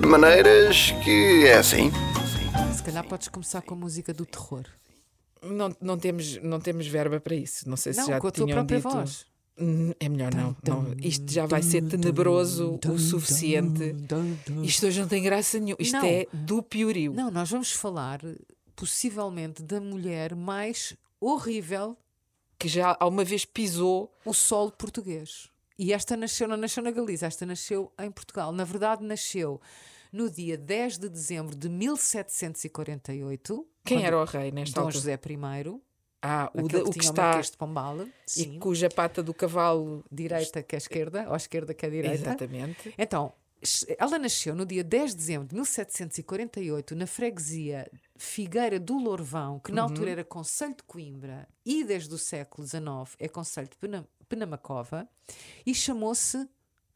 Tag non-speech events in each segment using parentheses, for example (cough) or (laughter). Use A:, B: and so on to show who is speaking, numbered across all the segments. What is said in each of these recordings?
A: De maneiras que é assim.
B: Se calhar podes começar com a música do terror.
C: Não, não, temos, não temos verba para isso. Não sei se
B: Não,
C: já
B: com a tua
C: tinham
B: própria
C: dito.
B: voz.
C: Hum, É melhor não.
B: Tum,
C: não.
B: tum,
C: Isto já vai
B: tum,
C: ser
B: tum,
C: tenebroso
B: tum,
C: o suficiente.
B: tum, tum.
C: Isto hoje não tem graça nenhuma. Isto
B: Não.
C: é do piorio.
B: Não, nós vamos falar possivelmente da mulher mais horrível
C: Que já há uma vez pisou.
B: o solo português. E esta nasceu, não nasceu na Galiza, esta nasceu em Portugal. Na verdade, nasceu no dia 10 de dezembro de 1748.
C: Quem
B: quando
C: era o rei nesta
B: Dom
C: altura?
B: José I.
C: Ah, o,
B: aquele
C: da- o
B: que
C: que
B: tinha
C: está.
B: Marquês de Pombal.
C: E
B: Sim.
C: cuja pata do cavalo.
B: Direita que é esquerda, ou esquerda que é direita.
C: Exatamente.
B: Então, ch- ela nasceu no dia 10 de dezembro de 1748 na freguesia Figueira do Lourvão, que na
C: Uhum.
B: altura era Conselho de Coimbra e desde o século XIX é Conselho de Pena- Penamacova e chamou-se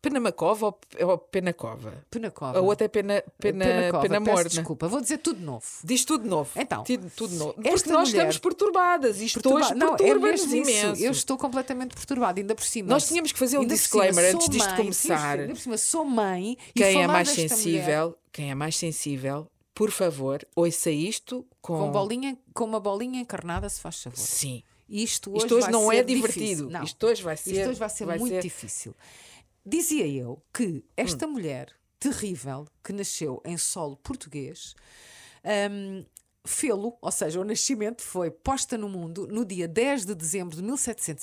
C: Penamacova ou, ou Penacova?
B: Penacova. Eh,
C: A outra é Pena, pena,
B: Penacova,
C: pena
B: peço
C: Morna.
B: desculpa, vou dizer tudo novo.
C: Diz tudo novo.
B: Então,
C: Tudo, tudo novo. Porque
B: esta
C: nós
B: mulher-
C: estamos perturbadas. Isto
B: Perturba-
C: hoje
B: Não, é
C: perturba-nos
B: mesmo
C: imenso.
B: isso. Eu estou completamente perturbada, ainda por cima.
C: Nós tínhamos que fazer um
B: Ainda por cima,
C: disclaimer
B: sou
C: antes disto
B: mãe,
C: começar.
B: Ainda por cima, sou mãe e
C: Quem é
B: falar
C: mais
B: desta mulher
C: sensível, quem é mais sensível, por favor, ouça isto com,
B: Com, bolinha, com uma bolinha encarnada, se faz favor.
C: Sim.
B: E Isto hoje,
C: Isto hoje
B: vai
C: não
B: ser
C: é
B: difícil.
C: divertido.
B: Não.
C: Isto hoje vai ser,
B: Isto hoje vai ser muito
C: ser-
B: difícil. Dizia eu que esta mulher terrível, que nasceu em solo português, hum, fê-lo, ou seja, o nascimento foi posta no mundo no dia 10 de dezembro de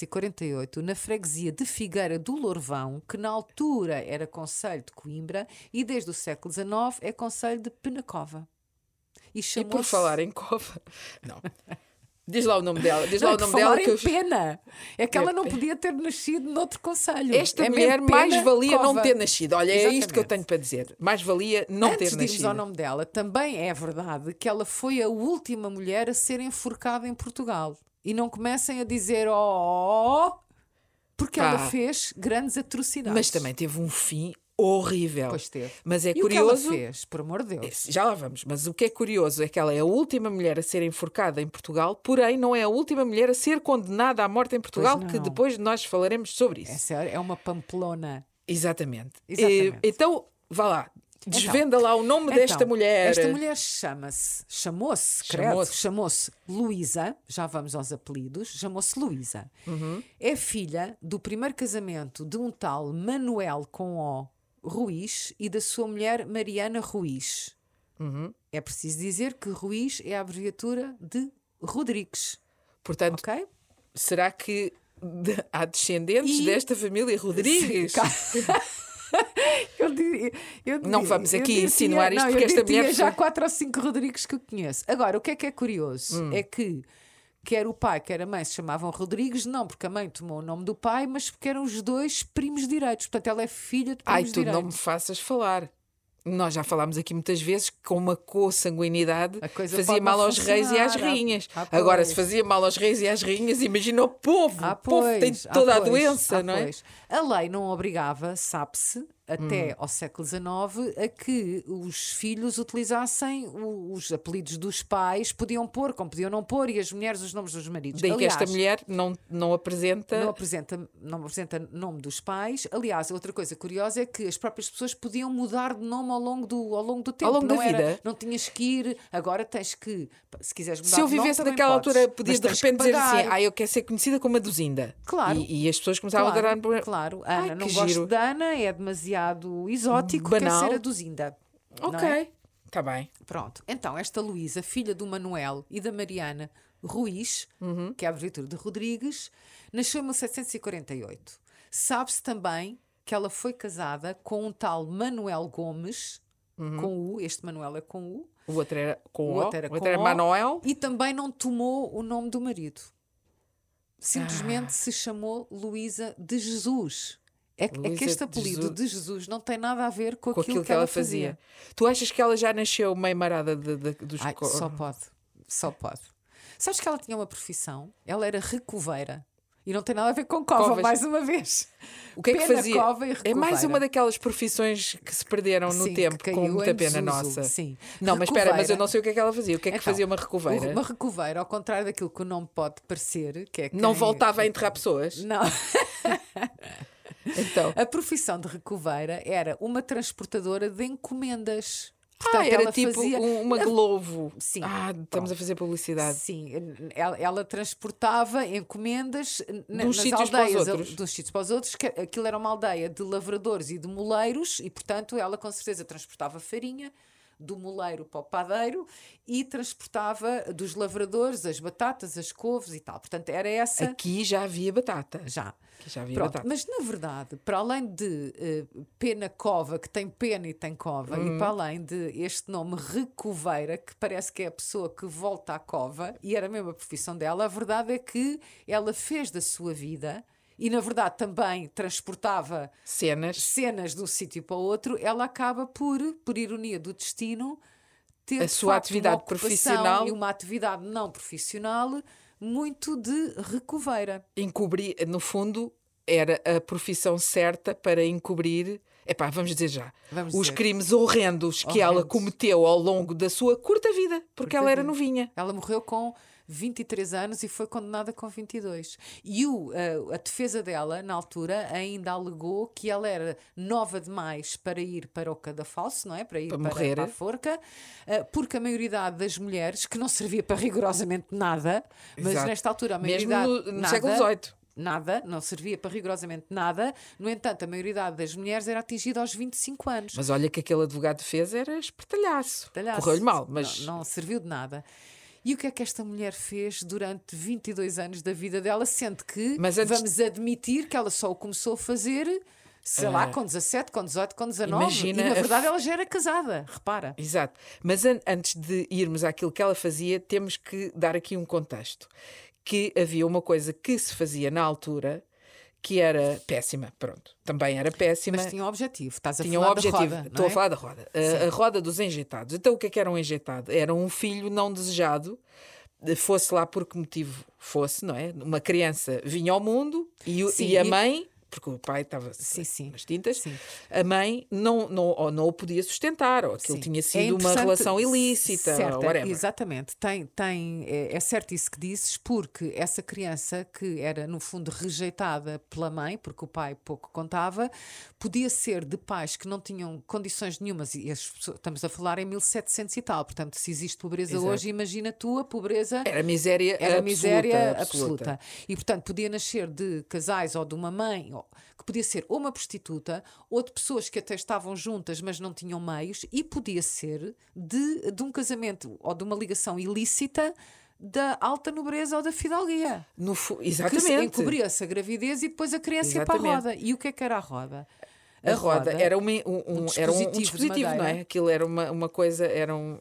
B: 1748, na freguesia de Figueira do Lourvão, que na altura era Conselho de Coimbra e desde o século XIX é Conselho de Penacova.
C: E por
B: chamou-se-
C: falar em cova. (laughs) Não. Diz lá o nome dela. Diz
B: Não,
C: lá
B: é
C: o
B: por
C: nome dela
B: falar
C: que
B: em
C: eu.
B: pena. É que
C: É
B: ela não
C: pena.
B: podia ter nascido noutro conselho.
C: Esta
B: É mesmo
C: mulher mais
B: pena,
C: valia não
B: cova.
C: ter nascido. Olha, é isto que eu
B: Exatamente.
C: tenho para dizer. Mais valia não
B: Antes
C: ter
B: de irmos
C: nascido.
B: ao nome dela, também é verdade que ela foi a última mulher a ser enforcada em Portugal. E não comecem a dizer oh, porque
C: Pá.
B: ela fez grandes atrocidades.
C: Ah. Mas também teve um fim horrível.
B: Pois teve.
C: Mas é
B: e
C: curioso.
B: o que ela fez, por amor de Deus.
C: É, Já lá vamos, mas o que é curioso é que ela é a última mulher a ser enforcada em Portugal, porém não é a última mulher a ser condenada à morte em Portugal,
B: Pois
C: que
B: não.
C: depois nós falaremos sobre isso.
B: Essa é uma pamplona.
C: Exatamente.
B: É. Exatamente.
C: E- então, vá lá, desvenda lá o nome desta
B: Então,
C: mulher. eh,
B: Esta mulher chama-se, chamou-se, credo,
C: Chamou-se.
B: chamou-se Luísa, já vamos aos apelidos, chamou-se Luísa.
C: Uhum.
B: É filha do primeiro casamento de um tal Manuel com O Ruiz e da sua mulher Mariana Ruiz.
C: Uhum.
B: É preciso dizer que Ruiz é a abreviatura de Rodrigues,
C: Portanto,
B: ok?
C: será que de- há descendentes
B: E- (laughs)
C: desta família Rodrigues?
B: Eu di- eu
C: Não
B: di-
C: vamos
B: eu
C: aqui
B: diria-
C: insinuar isto,
B: não, eu
C: porque esta
B: diria
C: mulher-
B: já quatro ou cinco Rodrigues que eu conheço. Agora, o que é que é curioso
C: Hum.
B: é que quer o pai, quer a mãe se chamavam Rodrigues, não porque a mãe tomou o nome do pai, mas porque eram os dois primos direitos. Portanto, ela é filha de primos
C: Ai, tu
B: direitos.
C: não me faças falar. Nós já falámos aqui muitas vezes que com uma consanguinidade
B: A coisa
C: fazia
B: pode não
C: mal aos reis e às
B: funcionar. Ah,
C: rainhas.
B: ah, pois.
C: Agora, se fazia mal aos reis e às rainhas, imagina o povo.
B: Ah,
C: o povo tem
B: pois, ah,
C: toda a
B: pois,
C: doença,
B: ah,
C: não é?
B: pois. A lei não obrigava, sabe-se,
C: Hum.
B: até ao século XIX, a que os filhos utilizassem o- os apelidos dos pais, podiam pôr, como podiam não pôr, e as mulheres os nomes dos maridos.
C: Daí que esta
B: Aliás,
C: mulher não, não apresenta.
B: Não apresenta, não apresenta nome dos pais. Aliás, outra coisa curiosa é que as próprias pessoas podiam mudar de nome ao longo do, ao longo do tempo.
C: longo da
B: não era-
C: vida.
B: Não tinhas que ir, agora tens que. Se quiseres mudar
C: se eu
B: de nome,
C: vivesse
B: também
C: naquela
B: podes,
C: altura, podia
B: mas
C: de
B: tens que
C: repente dizer assim:
B: pagar.
C: ah, eu quero ser conhecida como a Duzinda.
B: Claro.
C: E, e as pessoas começavam a adorar.
B: Claro, claro. Ana,
C: Ai,
B: não
C: que
B: gosto
C: giro.
B: de Ana, é demasiado exótico,
C: Banal.
B: quer ser a Duzinda. não
C: Ok,
B: é?
C: está bem.
B: Pronto, então esta Luísa, filha do Manuel e da Mariana Ruiz,
C: Uhum.
B: que é a abreviatura de Rodrigues, nasceu em 1748. Sabe-se também que ela foi casada com um tal Manuel Gomes,
C: Uhum.
B: com U, este Manuel é com U,
C: O outro era com
B: O
C: o,
B: outro era
C: o outro
B: com
C: era
B: O.
C: Manuel.
B: e também não tomou o nome do marido.
C: Ah.
B: Simplesmente se chamou Luísa de Jesus. É, é que
C: Luísa
B: este
C: de
B: apelido
C: Jesus.
B: de Jesus não tem nada a ver com,
C: com aquilo que ela fazia. Tu achas que ela já nasceu meio marada de, de- dos
B: Ai,
C: co-
B: só pode, só pode. Sabes que ela tinha uma profissão? Ela era recoveira. E não tem nada a ver com cova,
C: Covas.
B: mais uma vez.
C: O que é que
B: Pena,
C: fazia?
B: cova e
C: é mais
B: recoveira.
C: uma daquelas profissões que se perderam no
B: Sim,
C: tempo,
B: que
C: com
B: caiu
C: muita
B: em
C: pena
B: desuso,
C: nossa.
B: sim.
C: Não, mas espera, mas
B: Recoveira.
C: eu não sei o que é que ela fazia. O que é que
B: Então,
C: fazia uma recoveira?
B: Uma recoveira, ao contrário daquilo que o nome pode parecer, que é
C: Não
B: quem-
C: voltava a enterrar pessoas?
B: Não.
C: Então.
B: (laughs) A profissão de recoveira era uma transportadora de encomendas.
C: Ah,
B: Portanto,
C: era
B: ela
C: tipo
B: fazia-
C: um- uma Glovo.
B: Sim.
C: Ah, estamos a fazer publicidade.
B: Sim, ela, ela transportava encomendas na, nas
C: Dos sítios para os
B: aldeias,
C: outros.
B: dos sítios para os outros, que aquilo era uma aldeia de lavradores e de moleiros, e portanto ela com certeza transportava farinha do moleiro para o padeiro e transportava dos lavradores as batatas, as couves e tal. Portanto, era essa.
C: Aqui já havia batata.
B: Já.
C: Aqui já havia
B: Pronto,
C: batata.
B: mas na verdade, para além de eh, pena cova, que tem pena e tem cova,
C: Uhum.
B: e para além de este nome recoveira, que parece que é a pessoa que volta à cova, e era mesmo a profissão dela, a verdade é que ela fez da sua vida, e na verdade também transportava
C: Cenas.
B: cenas de um sítio para o outro, ela acaba por, por ironia do destino, ter
C: A
B: de
C: sua
B: facto,
C: atividade
B: uma ocupação
C: profissional.
B: e uma atividade não profissional muito de recoveira.
C: Encobrir, no fundo, era a profissão certa para encobrir. Epá, vamos dizer já.
B: Vamos
C: os
B: dizer.
C: crimes horrendos que ela
B: Horrendos.
C: cometeu ao longo da sua curta vida, porque
B: Curta
C: ela era
B: vida.
C: novinha.
B: Ela morreu com 23 anos e foi condenada com 22. E o, eh, a defesa dela, na altura, ainda alegou que ela era nova demais para ir para o cadafalso, não é? Para ir
C: Para
B: para,
C: morrer.
B: para a forca, eh, porque a maioridade das mulheres, que não servia para rigorosamente nada, mas
C: Exato.
B: nesta altura a
C: Mesmo
B: maioridade.
C: no- no
B: nada,
C: século XVIII.
B: Nada, não servia para rigorosamente nada. No entanto, a maioridade das mulheres era atingida aos 25 anos.
C: Mas olha que aquele advogado fez era espertalhaço.
B: Talhaço.
C: Correu-lhe mal, mas
B: Não, não serviu de nada. E o que é que esta mulher fez durante 22 anos da vida dela, sendo que
C: Mas antes-
B: vamos admitir que ela só o começou a fazer, sei lá, com 17, com 18, com 19.
C: É. Imagina
B: e
C: a
B: na verdade
C: f-
B: ela já era casada, repara.
C: Exato. Mas an- antes de irmos àquilo que ela fazia, temos que dar aqui um contexto. Que havia uma coisa que se fazia na altura que era péssima, pronto. Também era péssima.
B: Mas tinha um objetivo, estás a
C: Tinha um
B: falar
C: objetivo.
B: da roda.
C: Estou
B: não
C: a
B: é?
C: falar da roda. Eh, A, a roda dos enjeitados. Então o que é que era um enjeitado? Era um filho não desejado, eh, fosse lá por que motivo fosse, não é? Uma criança vinha ao mundo e, o-
B: Sim,
C: e a
B: e-
C: mãe. Porque o pai estava
B: Sim, sim.
C: nas tintas,
B: Sim.
C: a mãe não, não, ou não o podia sustentar, ou aquilo
B: Sim.
C: tinha
B: É
C: sido uma
B: interessante-
C: relação ilícita,
B: certa,
C: ou whatever.
B: Exatamente. Tem, tem, é, é certo isso que dizes, porque essa criança que era, no fundo, rejeitada pela mãe, porque o pai pouco contava, podia ser de pais que não tinham condições nenhumas, e as pessoas- estamos a falar em 1700 e tal, portanto, se existe pobreza
C: Exato.
B: hoje, imagina tu a pobreza
C: Era miséria
B: era
C: absoluta,
B: miséria
C: absoluta.
B: absoluta. E, portanto, podia nascer de casais ou de uma mãe, ou- que podia ser ou uma prostituta, ou de pessoas que até estavam juntas, mas não tinham meios, e podia ser de, de um casamento ou de uma ligação ilícita da alta nobreza ou da fidalguia.
C: No fu-
B: Que se-
C: exatamente.
B: encobria-se a gravidez e depois a criança ia para a
C: Exatamente.
B: roda. E o que é que era a roda?
C: A roda era, uma- um, um- era um- um
B: dispositivo de
C: dispositivo, não é?
B: madeira.
C: Aquilo era uma, uma coisa, era, um,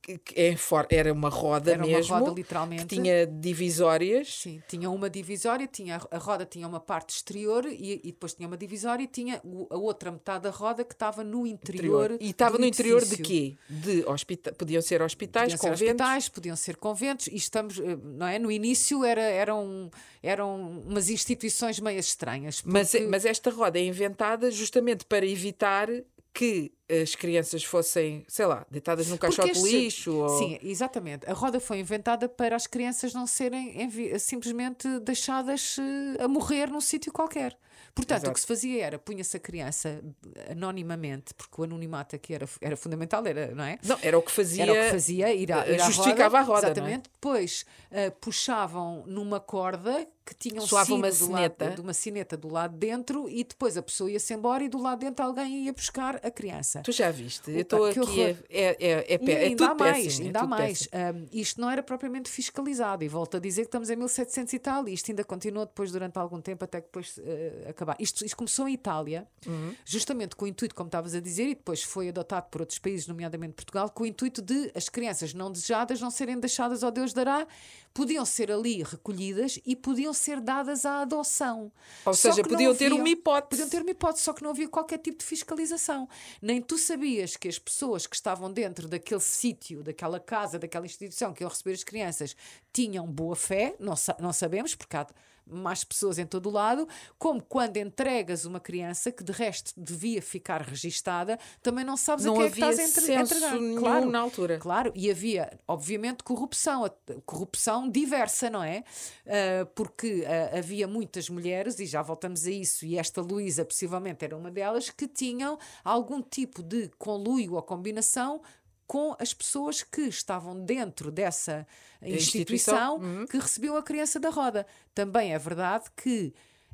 C: que- que é em for- era uma roda
B: Era uma
C: mesmo.
B: roda, literalmente.
C: Que tinha divisórias.
B: Sim, tinha uma divisória, tinha a roda tinha uma parte exterior e, e depois tinha uma divisória e tinha o- a outra metade da roda que estava no interior.
C: E estava
B: do
C: no interior de
B: edifício.
C: quê? De hospita podiam ser hospitais,
B: Podiam ser
C: conventos.
B: hospitais, podiam ser conventos, e estamos, eh, não é? No início era, eram, eram umas instituições meio estranhas.
C: Mas, mas esta roda é inventada justamente para evitar que as crianças fossem, sei lá, deitadas num caixote de
B: este-
C: lixo. ou-
B: é Sim, exatamente. A roda foi inventada para as crianças não serem envi- simplesmente deixadas eh, a morrer num sítio qualquer. Portanto,
C: Exato.
B: o que se fazia era punha-se a criança eh, anonimamente, porque o anonimato aqui era, era fundamental, era, não é?
C: Não, era o que fazia.
B: Era o que fazia, ir à,
C: eh,
B: ir à
C: justificava a roda, não é?
B: Exatamente. Depois eh, puxavam numa corda que tinha um
C: Soava
B: sino
C: uma
B: do
C: sineta.
B: Lado, de uma sineta do lado de dentro e depois a pessoa ia-se embora e do lado de dentro alguém ia buscar a criança.
C: Tu já viste?
B: Opa,
C: Eu estou aqui.
B: que horror.
C: a- É, é, é,
B: E
C: pé- é
B: ainda há
C: tudo
B: mais,
C: péssimo, é
B: ainda há
C: tudo péssimo.
B: mais. Ahm, isto não era propriamente fiscalizado, e volto a dizer que estamos em 1700 e tal, e isto ainda continuou depois durante algum tempo até que depois eh, acabar. Isto, isto começou em Itália,
C: Uhum.
B: justamente com o intuito, como estavas a dizer, e depois foi adotado por outros países, nomeadamente Portugal, com o intuito de as crianças não desejadas não serem deixadas ao Deus dará, podiam ser ali recolhidas e podiam ser dadas à adoção.
C: Ou
B: Só que
C: seja,
B: não
C: podiam ter
B: haviam-
C: uma hipótese.
B: Podiam ter é uma hipótese, só que não havia qualquer tipo de fiscalização. Nem tu sabias que as pessoas que estavam dentro daquele sítio, daquela casa, daquela instituição que iam receber as crianças tinham boa fé, não, sa- não sabemos, porque há mais pessoas em todo o lado, como quando entregas uma criança que de resto devia ficar registada, também não sabes a
C: Não
B: quem é que
C: havia
B: estás a entre- a
C: senso
B: entregar.
C: nenhum
B: Claro.
C: na altura.
B: Claro, e havia, obviamente, corrupção, a- corrupção diversa, não é? Ah, porque ah, havia muitas mulheres, e já voltamos a isso, e esta Luísa possivelmente era uma delas, que tinham algum tipo de conluio ou combinação com as pessoas que estavam dentro dessa instituição,
C: instituição,
B: que recebiam a criança da roda. Também é verdade que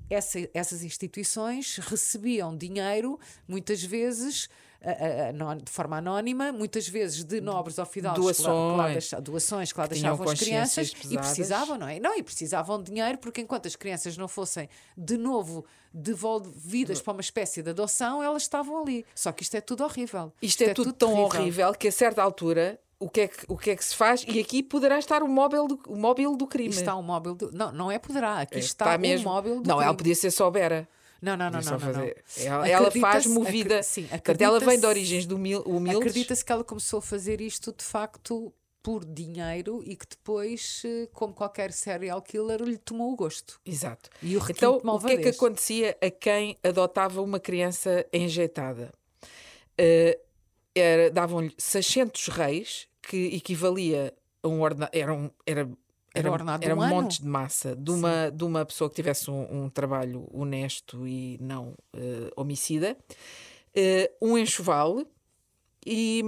B: essa- essas instituições recebiam dinheiro, muitas vezes, a- a- anon- de forma anónima, muitas vezes de nobres ou fidalgos que lá- que lá
C: Doações.
B: deixa- doações que lá
C: Que tinham
B: deixavam as
C: consciências
B: crianças e
C: pesadas.
B: precisavam, não é? Não, e precisavam de dinheiro, porque enquanto as crianças não fossem de novo devolvidas para uma espécie de adoção, elas estavam ali. Só que isto é tudo horrível.
C: Isto é, tudo, tão
B: terrível.
C: horrível que a certa altura o que é que, o que, é que se faz? E aqui poderá estar o móvel do, o móvel do crime.
B: Aqui está o móvel do. Não, não é poderá. Aqui está, o móvel do.
C: Não, é um ela
B: crime.
C: podia ser só Vera.
B: Não, não, não,
C: Podia
B: não.
C: só
B: não, não.
C: fazer- Ela, ela faz
B: Acredita-se-
C: movida.
B: acre- sim,
C: Portanto, ela vem de
B: acredita-se-
C: origens do humil, humildes.
B: Acredita-se que ela começou a fazer isto de facto por dinheiro e que depois, eh, como qualquer serial killer, lhe tomou o gosto.
C: Exato.
B: E o requinte
C: Então,
B: de
C: o que é que
B: malvadez.
C: acontecia a quem adotava uma criança injetada? Eh, era- Davam-lhe 600 reis, que equivalia a um ordenado. Era, um, era,
B: Era
C: era,
B: ordenado de
C: era
B: um ano?
C: montes de massa de uma, de uma pessoa que tivesse um, um trabalho honesto e não eh, homicida, Eh, um enxoval e,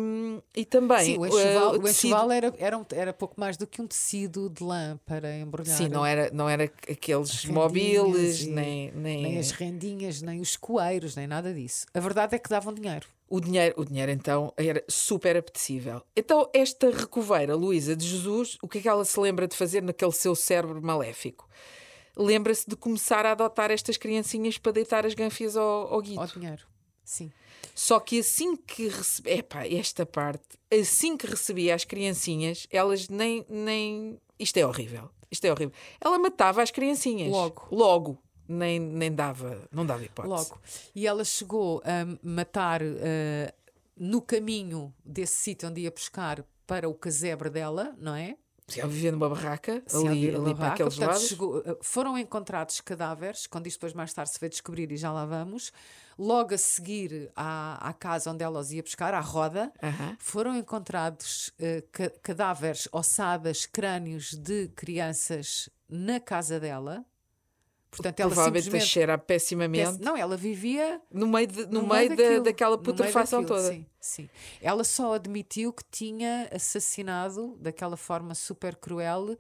C: e também.
B: Sim, o
C: eh,
B: enxoval, o
C: tecido-
B: enxoval era, era, um- era pouco mais do que um tecido de lã para embrulhar.
C: Sim, não é era, não era aqueles
B: Rendinhas
C: mobílias,
B: e-
C: nem, nem,
B: Nem as rendinhas, nem os coeiros, nem nada disso. A verdade é que davam dinheiro.
C: O dinheiro, o dinheiro então era super apetecível. Então, esta recoveira, Luísa de Jesus, o que é que ela se lembra de fazer naquele seu cérebro maléfico? Lembra-se de começar a adotar estas criancinhas para deitar as ganfias ao, ao guito.
B: Ou dinheiro. Sim.
C: Só que assim que recebia. Epá, esta parte. Assim que recebia as criancinhas, elas nem, nem. Isto é horrível. Isto é horrível. Ela matava as criancinhas.
B: Logo.
C: Logo. Nem, nem dava. Não dava hipótese.
B: Logo. E ela chegou a matar eh, no caminho desse sítio onde ia pescar para o casebre dela, não é?
C: Se ela vivia numa barraca,
B: Se ela
C: ali,
B: vivia
C: ali
B: numa
C: para
B: barraca,
C: aqueles
B: portanto,
C: lados.
B: chegou- eh, foram encontrados cadáveres, quando isto depois mais tarde se vai descobrir e já lá vamos. Logo a seguir à, à casa onde ela os ia pescar, à roda,
C: Aham.
B: foram encontrados eh, ca- cadáveres, ossadas, crânios de crianças na casa dela. Portanto, ela
C: Provavelmente a
B: simplesmente...
C: cheirar pessimamente.
B: Não, ela vivia
C: No meio, de- no
B: no
C: meio da-
B: daquilo,
C: daquela
B: no meio
C: putrefação
B: daquilo,
C: toda.
B: Sim, sim. Ela só admitiu que tinha assassinado, daquela forma super cruel,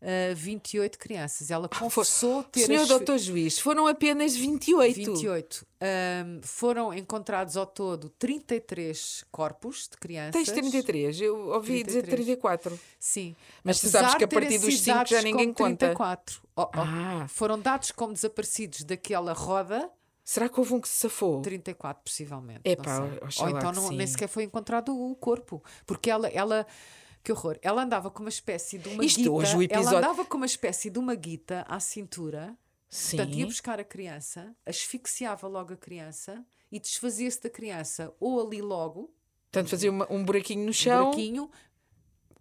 B: eh, 28 crianças. Ela confessou ter.
C: Ah, Senhor
B: as-
C: doutor juiz, foram apenas 28.
B: 28. Ahm, ehm, foram encontrados ao todo 33 corpos de crianças.
C: Tens 33, eu ouvi dizer
B: 33.
C: 34.
B: Sim.
C: Mas tu sabes
B: Apesar
C: que a
B: de terem
C: partir dos
B: sido
C: cinco já
B: dados
C: ninguém
B: como
C: conta.
B: 34. Oh, oh.
C: Ah.
B: Foram dados como desaparecidos daquela roda
C: Será que houve um que se safou?
B: 34, possivelmente.
C: Epá,
B: não sei. Ou
C: oxalá
B: então
C: que
B: não-
C: sim.
B: nem sequer foi encontrado o corpo. Porque ela, ela. Que horror. Ela andava com uma espécie de uma
C: Isto
B: guita.
C: hoje o episódio-
B: Ela andava com uma espécie de uma guita à cintura.
C: Sim.
B: Portanto, ia buscar a criança, asfixiava logo a criança e desfazia-se da criança ou ali logo,
C: Portanto, fazia uma- um buraquinho no
B: um
C: chão.
B: buraquinho, ou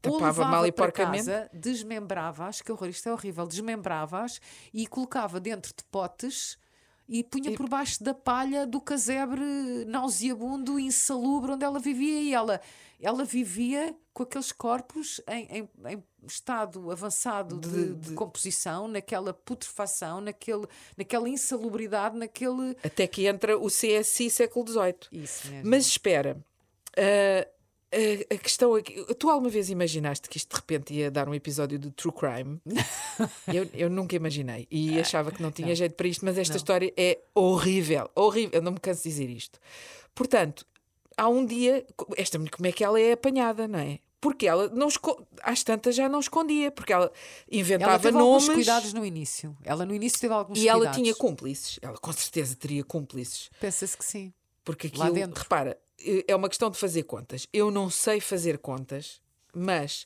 C: tapava
B: levava
C: mal e
B: para
C: porcamente.
B: casa, desmembrava-as, que horror, isto é horrível, desmembrava-as e colocava dentro de potes e punha por baixo da palha do casebre nauseabundo, insalubre, onde ela vivia. E ela, ela vivia com aqueles corpos em, em- em estado avançado de, de composição, naquela putrefação, naquele, naquela insalubridade, naquele...
C: Até que entra o CSI século XVIII.
B: Isso mesmo.
C: Mas espera, ah, a, a questão aqui. Tu alguma vez imaginaste que isto de repente ia dar um episódio de
B: (laughs)
C: True Crime? eu, eu nunca imaginei
B: Ah,
C: e achava que não tinha jeito para isto, mas esta história é horrível, horrível. Eu não me canso de dizer isto. Portanto, há um dia, co- esta mulher, como é que ela é apanhada, não é? Porque ela não esco- às tantas já não escondia, porque ela inventava
B: ela teve alguns
C: nomes
B: cuidados no início. Ela no início teve alguns
C: e
B: cuidados.
C: ela tinha cúmplices. Ela com certeza teria cúmplices.
B: Pensa-se que sim.
C: Porque
B: Lá
C: aquilo,
B: dentro.
C: repara, eh, é uma questão de fazer contas. Eu não sei fazer contas, mas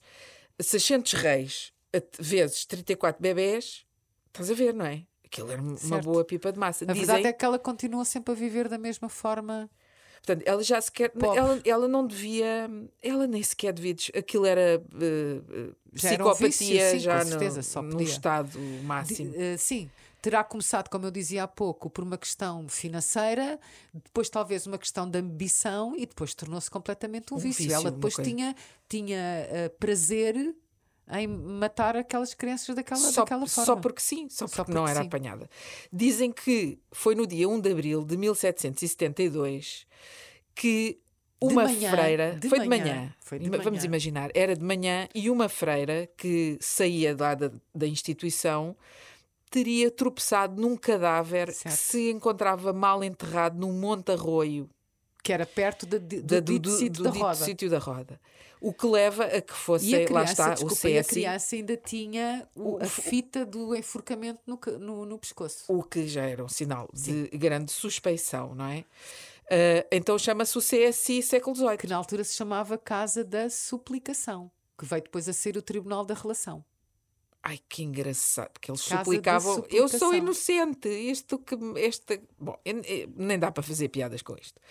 C: 600 reis a- vezes 34 bebés, estás a ver, não é? Aquilo era uma
B: Certo.
C: boa pipa de massa.
B: A
C: Dizem,
B: verdade é que ela continua sempre a viver da mesma forma.
C: portanto, ela já sequer.
B: Pobre.
C: Ela, ela não devia. Ela nem sequer devia. des- Aquilo era. eh, eh,
B: Já era um vício,
C: psicopatia,
B: sim, com
C: já no-
B: certeza, só
C: num
B: podia.
C: estado
B: Di-
C: máximo.
B: eh, sim, Terá começado, como eu dizia há pouco, por uma questão financeira, depois talvez uma questão de ambição e depois tornou-se completamente um,
C: Um
B: vício.
C: vício,
B: Ela
C: uma
B: depois
C: coisa.
B: tinha, tinha eh, prazer em matar aquelas crianças daquela,
C: só,
B: daquela
C: só
B: forma.
C: porque sim, só porque,
B: Só
C: não
B: porque
C: era
B: sim.
C: apanhada. Dizem que foi no dia 1 de abril de 1772 que
B: De
C: uma
B: manhã,
C: freira.
B: de
C: foi de
B: manhã,
C: manhã.
B: foi de
C: Ima- Vamos
B: manhã.
C: imaginar, era de manhã e uma freira que saía lá da, da instituição. Teria tropeçado num cadáver
B: Certo.
C: que se encontrava mal enterrado num monte arroio
B: Que era perto da, di- do,
C: da-
B: dito sítio
C: do
B: da
C: dito
B: roda.
C: sítio da roda. O que leva a que fosse,
B: E a criança,
C: lá está,
B: desculpa,
C: o
B: e a
C: CSI,
B: criança ainda tinha o-
C: O-
B: a
C: o-
B: fita do enforcamento no, ca- no, no pescoço.
C: o que já era um sinal de grande suspeição, não é? Ah, então chama-se o CSI século XVIII.
B: Que na altura se chamava Casa da Suplicação, que veio depois a ser o Tribunal da Relação.
C: Ai, que engraçado, que eles
B: Casa de
C: suplicavam. Eu sou
B: suplicação."
C: inocente, isto que. me- Este... Bom, eu- eu- nem dá para fazer piadas com isto.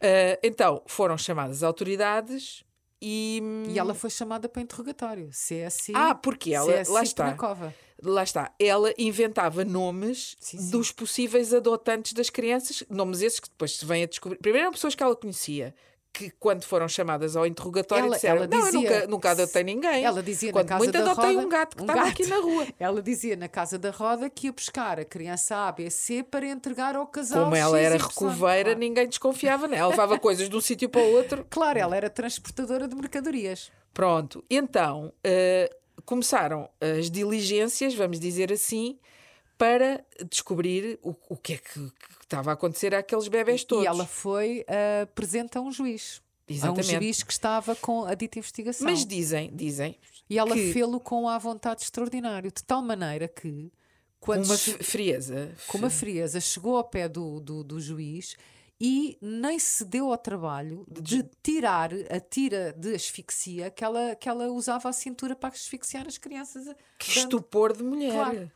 C: Ah, então foram chamadas autoridades e.
B: E ela foi chamada para interrogatório. CSI.
C: Hum. Ah, porque ela,
B: CSI
C: lá está,
B: Penacova.
C: lá está, ela inventava nomes
B: Sim, sim.
C: dos possíveis adotantes das crianças, nomes esses que depois se vêm a descobrir. Primeiro eram pessoas que ela conhecia, que quando foram chamadas ao interrogatório
B: Ela-
C: disseram:
B: ela
C: Não, eu
B: dizia-
C: nunca, nunca adotei ninguém.
B: Ela dizia na
C: quando
B: casa
C: muito
B: da
C: adotei
B: roda,
C: um gato que
B: um
C: estava
B: gato.
C: aqui na rua.
B: (laughs) Ela dizia na Casa da Roda que ia buscar a criança ABC para entregar ao casal.
C: Como ela era
B: XY,
C: recoveira,
B: claro.
C: ninguém desconfiava nela. Ela
B: (laughs)
C: levava coisas de um sítio para o outro.
B: Claro, ela era transportadora de mercadorias.
C: Pronto, então eh, começaram as diligências, vamos dizer assim, para descobrir o, o que é que, que estava a acontecer àqueles bebés todos.
B: E ela foi ah, presente a um juiz. A um
C: Exatamente.
B: juiz que estava com a dita investigação.
C: Mas dizem, dizem,
B: e ela
C: que-
B: fê-lo com a vontade extraordinária, de tal maneira que,
C: com
B: quando
C: uma
B: che-
C: f- frieza.
B: com uma frieza, chegou ao pé do, do, do juiz e nem se deu ao trabalho de tirar a tira de asfixia que ela, que ela usava à cintura para asfixiar as crianças. eh,
C: Que estupor de mulher.
B: Claro.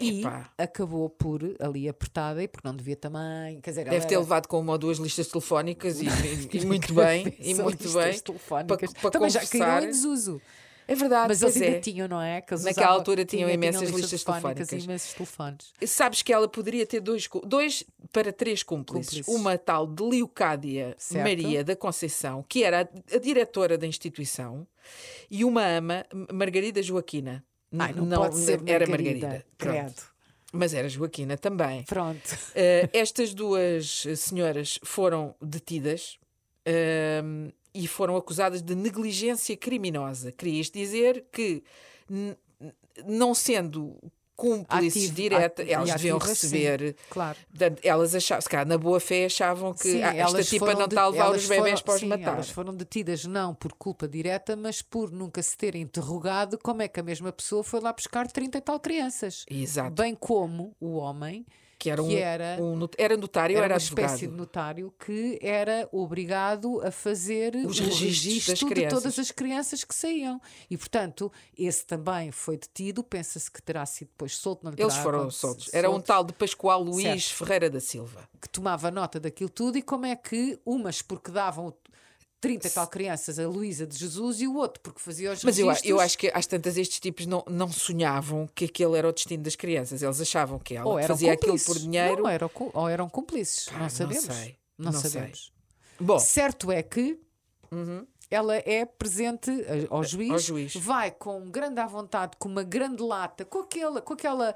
B: E
C: Epá.
B: acabou por ali apertada e porque não devia também. Quer dizer,
C: Deve
B: ela
C: ter
B: era-
C: levado com uma ou duas listas telefónicas
B: (laughs)
C: e, e- e muito bem, e
B: Só
C: muito
B: listas
C: bem.
B: telefónicas.
C: pa- pa
B: Também já
C: conversar.
B: caíram em desuso.
C: É verdade,
B: Mas
C: pois
B: eles ainda
C: é.
B: tinham, não é? Que eles
C: Naquela
B: usavam-
C: altura tinham imensas listas
B: e
C: telefónicas.
B: imensos telefones.
C: Sabes que ela poderia ter dois, cú- dois para três cúmplices.
B: Cúmplices.
C: Uma tal de Leocádia
B: Certo.
C: Maria da Conceição, que era a, a diretora da instituição, e uma ama, M- Margarida Joaquina. N-
B: Ai, não, pode ser
C: era
B: Margarida.
C: Margarida. Pronto.
B: Credo.
C: Mas era Joaquina
B: (laughs)
C: também.
B: Pronto.
C: Eh, estas duas eh, senhoras foram detidas ehm, e foram acusadas de negligência criminosa. Queria isto dizer que, n- n- não sendo cúmplices
B: Ativo-
C: diretas,
B: ati- e
C: elas deviam
B: ativas, sim.
C: receber.
B: Claro.
C: Portanto, elas achavam, se calhar na boa fé achavam que
B: Sim,
C: "Ah, esta
B: elas
C: tipa
B: foram
C: não está a
B: de-
C: levar os
B: elas
C: bebés
B: foram-
C: para os
B: sim,
C: matar.
B: Elas foram detidas não por culpa direta, mas por nunca se terem interrogado como é que a mesma pessoa foi lá buscar 30 e tal crianças.
C: Exato.
B: Bem como o homem,
C: Que era, um,
B: que era-
C: um not- era notário,
B: era
C: era,
B: uma
C: advogado.
B: espécie de notário que era obrigado a fazer
C: Os
B: o
C: registros das
B: registro de
C: crianças.
B: todas as crianças que saíam. E, portanto, esse também foi detido. Pensa-se que terá sido depois solto. Não lhe
C: Eles
B: terá
C: foram
B: aconte-
C: soltos. Era um tal de Pascoal Luís
B: Certo.
C: Ferreira da Silva.
B: que tomava nota daquilo tudo e como é que umas porque davam o- 30 e tal crianças a Luísa de Jesus e o outro porque fazia os
C: Mas eu, a-
B: registros.
C: eu acho que às tantas estes tipos não, não sonhavam que aquele era o destino das crianças. Eles achavam que ela
B: ou
C: que
B: eram
C: fazia aquilo
B: cúmplices.
C: por dinheiro.
B: Não, era cu- ou eram cúmplices,
C: Pá,
B: não sabemos.
C: Não sei.
B: Não
C: não sei.
B: sabemos.
C: Bom,
B: Certo é que ela é presente a- ao juiz,
C: Uhum. Eh, ao juiz.
B: vai com grande à vontade, com uma grande lata, com aquela, com aquela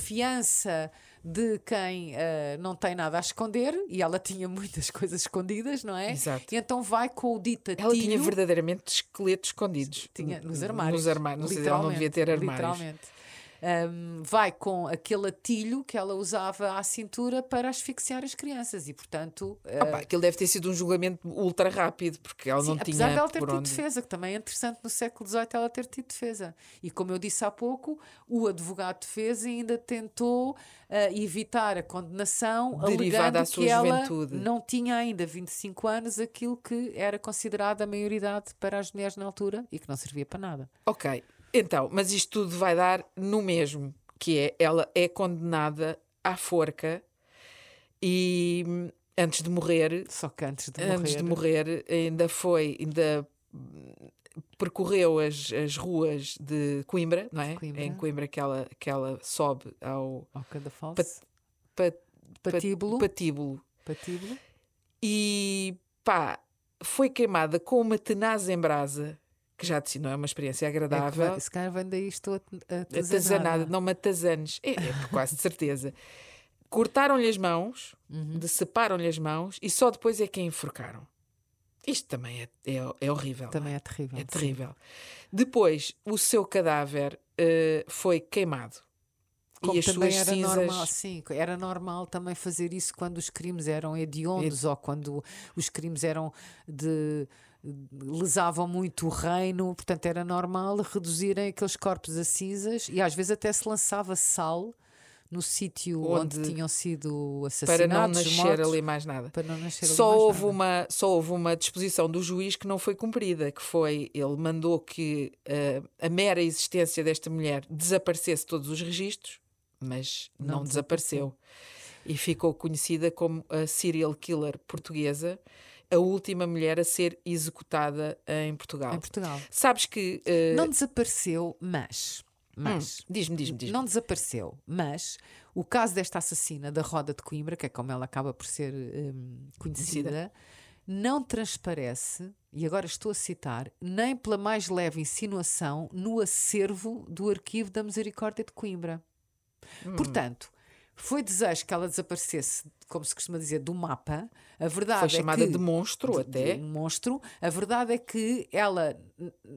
B: confiança de quem ah, não tem nada a esconder, e ela tinha muitas (laughs) coisas escondidas, não é?
C: Exato.
B: E então vai com o dita
C: ela tinha
B: tio,
C: verdadeiramente esqueletos escondidos.
B: um tinha
C: N-
B: nos armários.
C: Nos armários. Não sei, ela não devia ter
B: literalmente,
C: armários.
B: Literalmente. Ahm, vai com aquele atilho que ela usava à cintura para asfixiar as crianças e, portanto, ah,
C: Ah pá, aquilo deve ter sido um julgamento ultra rápido, porque ela
B: sim,
C: não
B: apesar
C: tinha.
B: dela ter
C: por
B: tido
C: onde...
B: defesa, que também é interessante no século XVIII ela ter tido defesa. E como eu disse há pouco, o advogado de defesa ainda tentou ah, evitar a condenação alegando
C: Derivada à sua
B: que ela
C: juventude.
B: não tinha ainda 25 anos aquilo que era considerado a maioridade para as mulheres na altura e que não servia para nada.
C: Ok, então, mas isto tudo vai dar no mesmo, que é ela é condenada à forca e hum, antes de morrer,
B: Só que antes de morrer.
C: antes de morrer ainda foi ainda percorreu as, as ruas de Coimbra, não é?
B: Coimbra.
C: Em Coimbra que ela, que ela sobe ao
B: Oca da Foz.
C: Pat- pat- pat-
B: Patíbulo.
C: patíbulo.
B: Patíbulo. É
C: E pá, foi queimada com uma tenaz em brasa, que já de si não é uma experiência
B: É que
C: agradável.
B: vai- se calhar vem daí estou
C: Atazanada,
B: atazanada.
C: não matazanes. É, é quase de certeza. Cortaram-lhe as mãos,
B: Uhum.
C: deceparam-lhe as mãos e só depois é que a enforcaram. Isto também é, é, é horrível.
B: Também é terrível.
C: É
B: sim.
C: terrível. Depois, o seu cadáver eh, foi queimado.
B: Como
C: e as
B: também
C: suas
B: era
C: cinzas.
B: normal, sim, era normal também fazer isso quando os crimes eram hediondos ou quando os crimes eram de lesavam muito o reino, portanto era normal reduzirem aqueles corpos a cinzas e às vezes até se lançava sal no sítio onde,
C: Onde-
B: tinham sido
C: para
B: assassinados,
C: não nascer
B: mortos,
C: ali mais nada.
B: para não nascer ali
C: Só
B: mais
C: houve,
B: nada.
C: uma, só houve uma disposição do juiz que não foi cumprida, que foi ele mandou que eh, a mera existência desta mulher desaparecesse de todos os registros, mas não,
B: Não
C: desapareceu. E ficou conhecida como a serial killer portuguesa, a última mulher a ser executada em Portugal.
B: em Portugal.
C: Sabes que. eh,
B: Não desapareceu, mas mas
C: Diz-me, diz-me, diz-me.
B: Não desapareceu, mas o caso desta assassina da Roda de Coimbra, que é como ela acaba por ser hum, conhecida, não transparece, e agora estou a citar, nem pela mais leve insinuação no acervo do arquivo da Misericórdia de Coimbra.
C: Hum.
B: Portanto, foi desejo que ela desaparecesse, como se costuma dizer, do mapa. A verdade
C: Foi
B: é
C: chamada
B: que,
C: de monstro
B: de-
C: até.
B: de um monstro. A verdade é que ela,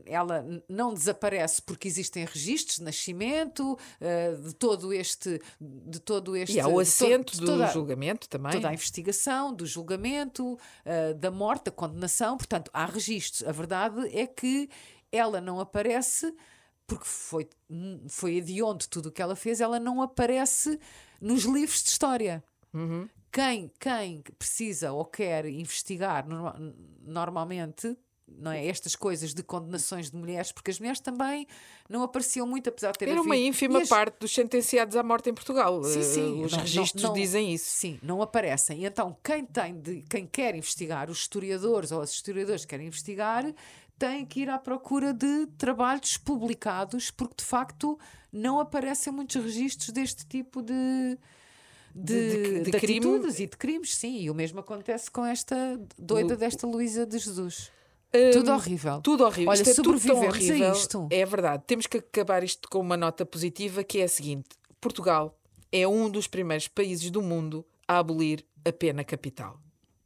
B: ela não desaparece porque existem registros de nascimento, eh, de todo este. De todo este
C: E há o
B: de to- de
C: assento do
B: toda-
C: julgamento é? também.
B: Toda a investigação, do julgamento, eh, da morte, da condenação, portanto, há registros. A verdade é que ela não aparece, porque foi, hum, foi hediondo tudo o que ela fez, ela não aparece nos livros de história.
C: Uhum.
B: Uhum. Quem, quem precisa ou quer investigar norma- normalmente. Não é? Estas coisas de condenações de mulheres, porque as mulheres também não apareciam muito, apesar de terem
C: Era uma
B: havido-
C: ínfima
B: E as-
C: parte dos sentenciados à morte em Portugal.
B: Sim,
C: Eh,
B: sim,
C: Os
B: não- não-
C: registros
B: não-
C: dizem isso.
B: Sim, não aparecem. E então, quem tem de, quem quer investigar, os historiadores ou as historiadoras que querem investigar, têm que ir à procura de trabalhos publicados, porque de facto não aparecem muitos registros deste tipo de. De,
C: De- de- de
B: de
C: crime.
B: atitudes e de crimes, sim, e o mesmo acontece com esta doida
C: Lu-
B: desta Luísa de Jesus.
C: Hum,
B: tudo horrível.
C: Tudo horrível.
B: Olha,
C: isto é tudo tão
B: sobrevivemos
C: horrível.
B: a isto.
C: É verdade. Temos que acabar isto com uma nota positiva que é a seguinte: Portugal é um dos primeiros países do mundo a abolir a pena capital.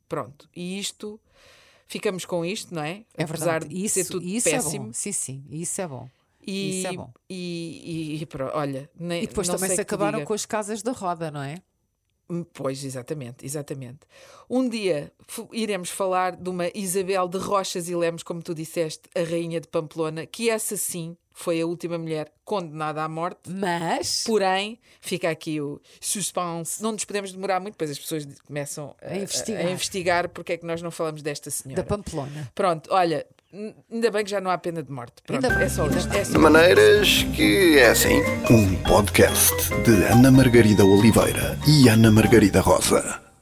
C: Pronto. E isto. Ficamos com isto, não é?
B: É verdade.
C: Apesar de
B: Isso,
C: ser tudo
B: isso é
C: péssimo.
B: bom. Sim, sim, isso é bom.
C: E,
B: Isso é bom.
C: E, e- e pronto, olha. nem-
B: E depois
C: não
B: também
C: sei
B: se
C: que te
B: acabaram
C: diga.
B: com as casas da roda, não é?
C: Hum, Pois, exatamente, exatamente. Um dia f- iremos falar de uma Isabel de Rochas e Lemos, como tu disseste, a rainha de Pamplona, que essa sim foi a última mulher condenada à morte.
B: Mas.
C: Porém, fica aqui o suspense. Não nos podemos demorar muito, pois as pessoas de- começam a,
B: A investigar.
C: a investigar porque é que nós não falamos desta
B: Da
C: senhora.
B: Pamplona.
C: Pronto, olha, n- ainda bem que já não há pena de morte. Pronto,
B: Ainda bem,
C: é só
B: ainda
C: isto.
B: bem.
C: É só
A: De maneiras que é assim.
D: Um podcast de Ana Margarida Oliveira e Ana Margarida Rosa.